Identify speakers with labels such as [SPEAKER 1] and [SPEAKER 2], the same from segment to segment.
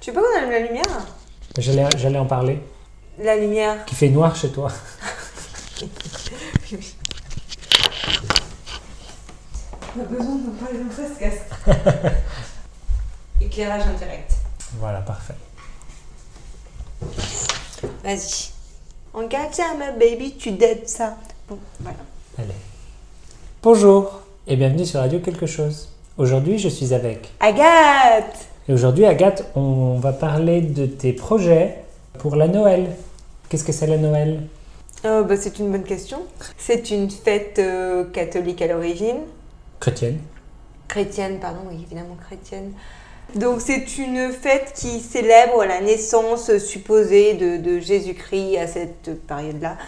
[SPEAKER 1] Tu peux qu'on allume la lumière
[SPEAKER 2] J'allais j'allais en parler.
[SPEAKER 1] La lumière.
[SPEAKER 2] Qui fait noir chez toi.
[SPEAKER 1] Oui, oui. On a besoin d'en parler dans le podcast. Éclairage indirect.
[SPEAKER 2] Voilà, parfait.
[SPEAKER 1] Vas-y. On garde ça, ma baby, tu dead ça. Bon, voilà.
[SPEAKER 2] Allez. Bonjour et bienvenue sur Radio Quelque chose. Aujourd'hui, je suis avec.
[SPEAKER 1] Agathe
[SPEAKER 2] Et aujourd'hui, Agathe, on va parler de tes projets pour la Noël. Qu'est-ce que c'est la Noël
[SPEAKER 1] Oh, bah, c'est une bonne question. C'est une fête euh, catholique à l'origine.
[SPEAKER 2] Chrétienne.
[SPEAKER 1] Chrétienne, pardon, oui, évidemment chrétienne. Donc c'est une fête qui célèbre la naissance supposée de, de Jésus-Christ à cette période-là.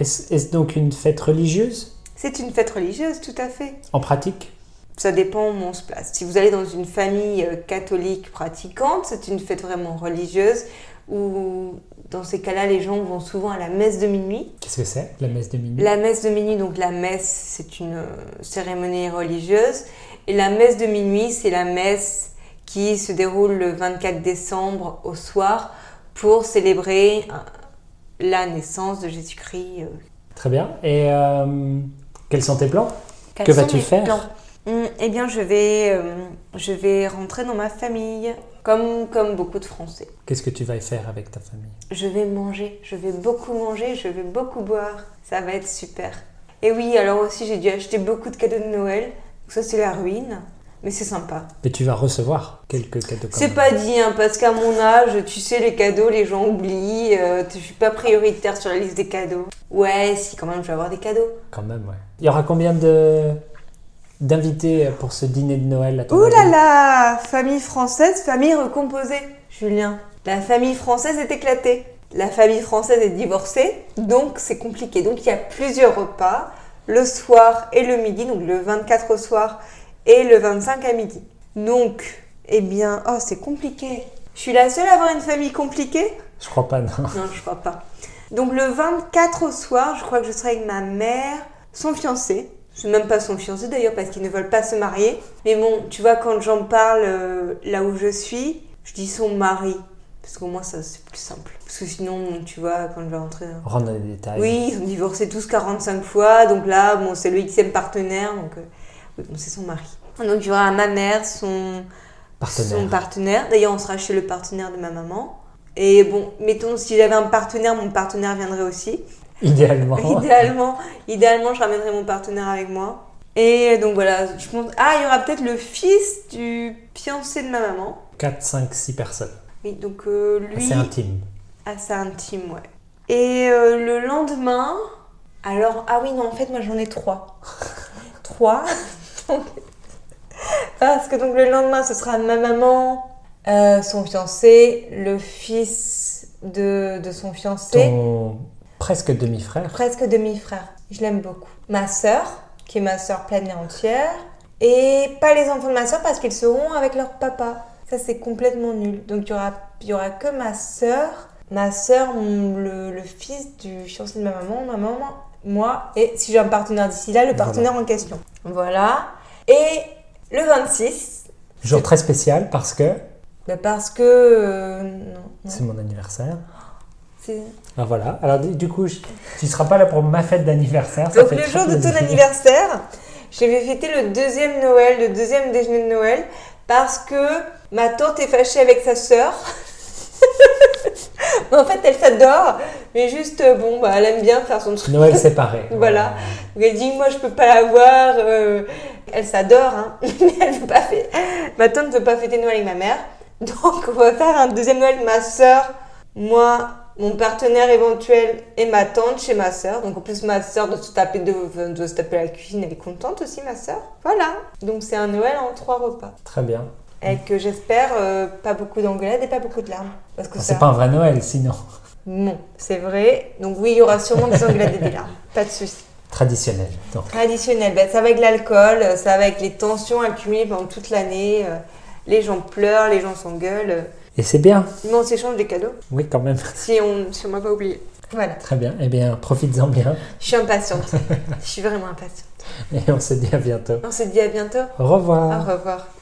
[SPEAKER 2] Est-ce est-ce donc une fête religieuse
[SPEAKER 1] C'est une fête religieuse, tout à fait.
[SPEAKER 2] En pratique
[SPEAKER 1] Ça dépend où on se place. Si vous allez dans une famille euh, catholique pratiquante, c'est une fête vraiment religieuse où dans ces cas-là, les gens vont souvent à la messe de minuit.
[SPEAKER 2] Qu'est-ce que c'est La messe de minuit
[SPEAKER 1] La messe de minuit, donc la messe, c'est une euh, cérémonie religieuse. Et la messe de minuit, c'est la messe qui se déroule le 24 décembre au soir pour célébrer euh, la naissance de Jésus-Christ. euh,
[SPEAKER 2] Très bien. Et euh, quels sont tes plans
[SPEAKER 1] Quels
[SPEAKER 2] Que
[SPEAKER 1] sont
[SPEAKER 2] vas-tu
[SPEAKER 1] mes
[SPEAKER 2] faire
[SPEAKER 1] plans Hum, Eh bien, je vais, euh, je vais rentrer dans ma famille, comme, comme beaucoup de Français.
[SPEAKER 2] Qu'est-ce que tu vas y faire avec ta famille
[SPEAKER 1] Je vais manger, je vais beaucoup manger, je vais beaucoup boire. Ça va être super. Et oui, alors aussi, j'ai dû acheter beaucoup de cadeaux de Noël. Donc Ça, c'est la ruine, mais c'est sympa.
[SPEAKER 2] Mais tu vas recevoir quelques cadeaux. quand
[SPEAKER 1] C'est
[SPEAKER 2] même.
[SPEAKER 1] pas dit, hein, parce qu'à mon âge, tu sais, les cadeaux, les gens oublient. euh, je suis pas prioritaire sur la liste des cadeaux. Ouais, si, quand même, je vais avoir des cadeaux.
[SPEAKER 2] Quand même, ouais. Il y aura combien de d'invités pour ce dîner de Noël à ton
[SPEAKER 1] Ouh là
[SPEAKER 2] avis
[SPEAKER 1] là Famille française, famille recomposée. Julien, la famille française est éclatée. La famille française est divorcée, donc c'est compliqué. Donc il y a plusieurs repas, le soir et le midi, donc le 24 au soir et le 25 à midi. Donc, eh bien, oh c'est compliqué. Je suis la seule à avoir une famille compliquée
[SPEAKER 2] Je crois pas, non.
[SPEAKER 1] non, Hein, je crois pas. Donc le 24 au soir, je crois que je serai avec ma mère, son fiancé. C'est même pas son fiancé d'ailleurs parce qu'ils ne veulent pas se marier. Mais bon, tu vois, quand j'en parle euh, là où je suis, je dis son mari. Parce qu'au moins ça c'est plus simple. Parce que sinon, tu vois, quand je vais rentrer... dans-
[SPEAKER 2] Rentre dans les détails.
[SPEAKER 1] Oui, ils ont divorcé tous 45 fois, donc là, bon, c'est le Xème partenaire, donc euh, oui, bon, c'est son mari. Donc il y aura ma mère, son,
[SPEAKER 2] Partenaire.
[SPEAKER 1] son partenaire. D'ailleurs, on sera chez le partenaire de ma maman. Et bon, mettons, si j'avais un partenaire, mon partenaire viendrait aussi.
[SPEAKER 2] Idéalement.
[SPEAKER 1] Idéalement, idéalement, je ramènerais mon partenaire avec moi. Et donc voilà, je pense. Ah, il y aura peut-être le fils du fiancé de ma maman.
[SPEAKER 2] 4, 5, 6 personnes.
[SPEAKER 1] Oui, donc euh, lui.
[SPEAKER 2] C'est intime.
[SPEAKER 1] Assez intime, ouais. Et euh, le lendemain. Alors, ah oui, non, en fait, moi j'en ai trois. trois. Donc- Parce que donc le lendemain, ce sera ma maman, euh, son fiancé, le fils de, de son fiancé,
[SPEAKER 2] Ton presque demi-frère.
[SPEAKER 1] presque demi-frère. Je l'aime beaucoup. Ma sœur, qui est ma sœur pleine et entière. Et pas les enfants de ma sœur parce qu'ils seront avec leur papa. Ça, c'est complètement nul. Donc, il y aura, il y aura que ma sœur, ma sœur, mon- le, le fils du fiancé de ma maman, ma maman, moi, et si j'ai un partenaire d'ici là, le
[SPEAKER 2] Voilà.
[SPEAKER 1] partenaire en question. Voilà. Et le 26,
[SPEAKER 2] Jour très spécial parce que
[SPEAKER 1] bah parce que. euh, non, non.
[SPEAKER 2] c'est mon anniversaire.
[SPEAKER 1] C'est-
[SPEAKER 2] Ah, voilà. Alors du du coup, je- tu seras pas là pour ma fête d'anniversaire. ça
[SPEAKER 1] Donc
[SPEAKER 2] fait
[SPEAKER 1] le
[SPEAKER 2] très
[SPEAKER 1] jour de ton
[SPEAKER 2] plaisir.
[SPEAKER 1] anniversaire, je vais fêter le deuxième Noël, le deuxième déjeuner de Noël, parce que ma tante est fâchée avec sa sœur. en fait, elle s'adore, mais juste, euh, bon, bah, elle aime bien faire son truc.
[SPEAKER 2] Noël séparé.
[SPEAKER 1] Voilà. Donc, Elle dit, moi, je peux pas la voir. euh, Elle s'adore, hein, mais elle veut pas fêter. Ma tante ne veut pas fêter Noël avec ma mère. Donc, on va faire un deuxième Noël, ma sœur, moi, mon partenaire éventuel et ma tante chez ma sœur. Donc, en plus, ma sœur doit se taper, de, enfin, doit se taper la cuisine. Elle est contente aussi, ma sœur. Voilà. Donc, c'est un Noël en trois repas.
[SPEAKER 2] Très bien.
[SPEAKER 1] Avec, que j'espère, euh, pas beaucoup d'engueulades et pas beaucoup de larmes. Parce que ça.
[SPEAKER 2] C'est pas un vrai Noël sinon.
[SPEAKER 1] Non, c'est vrai. Donc, oui, il y aura sûrement des engueulades et des larmes. Pas de soucis.
[SPEAKER 2] Traditionnel. Donc.
[SPEAKER 1] Traditionnel, ben, ça va avec l'alcool, euh, ça va avec les tensions accumulées pendant toute l'année. euh, Les gens pleurent, les gens s'engueulent. euh,
[SPEAKER 2] Et c'est bien.
[SPEAKER 1] Mais on s'échange des cadeaux.
[SPEAKER 2] Oui, quand même.
[SPEAKER 1] Si on si on m'a pas oublié. Voilà,
[SPEAKER 2] Très bien. Eh bien, profites-en bien.
[SPEAKER 1] je suis impatiente. je suis vraiment impatiente.
[SPEAKER 2] Et on se dit à bientôt.
[SPEAKER 1] On se dit à bientôt.
[SPEAKER 2] Au revoir.
[SPEAKER 1] Au revoir.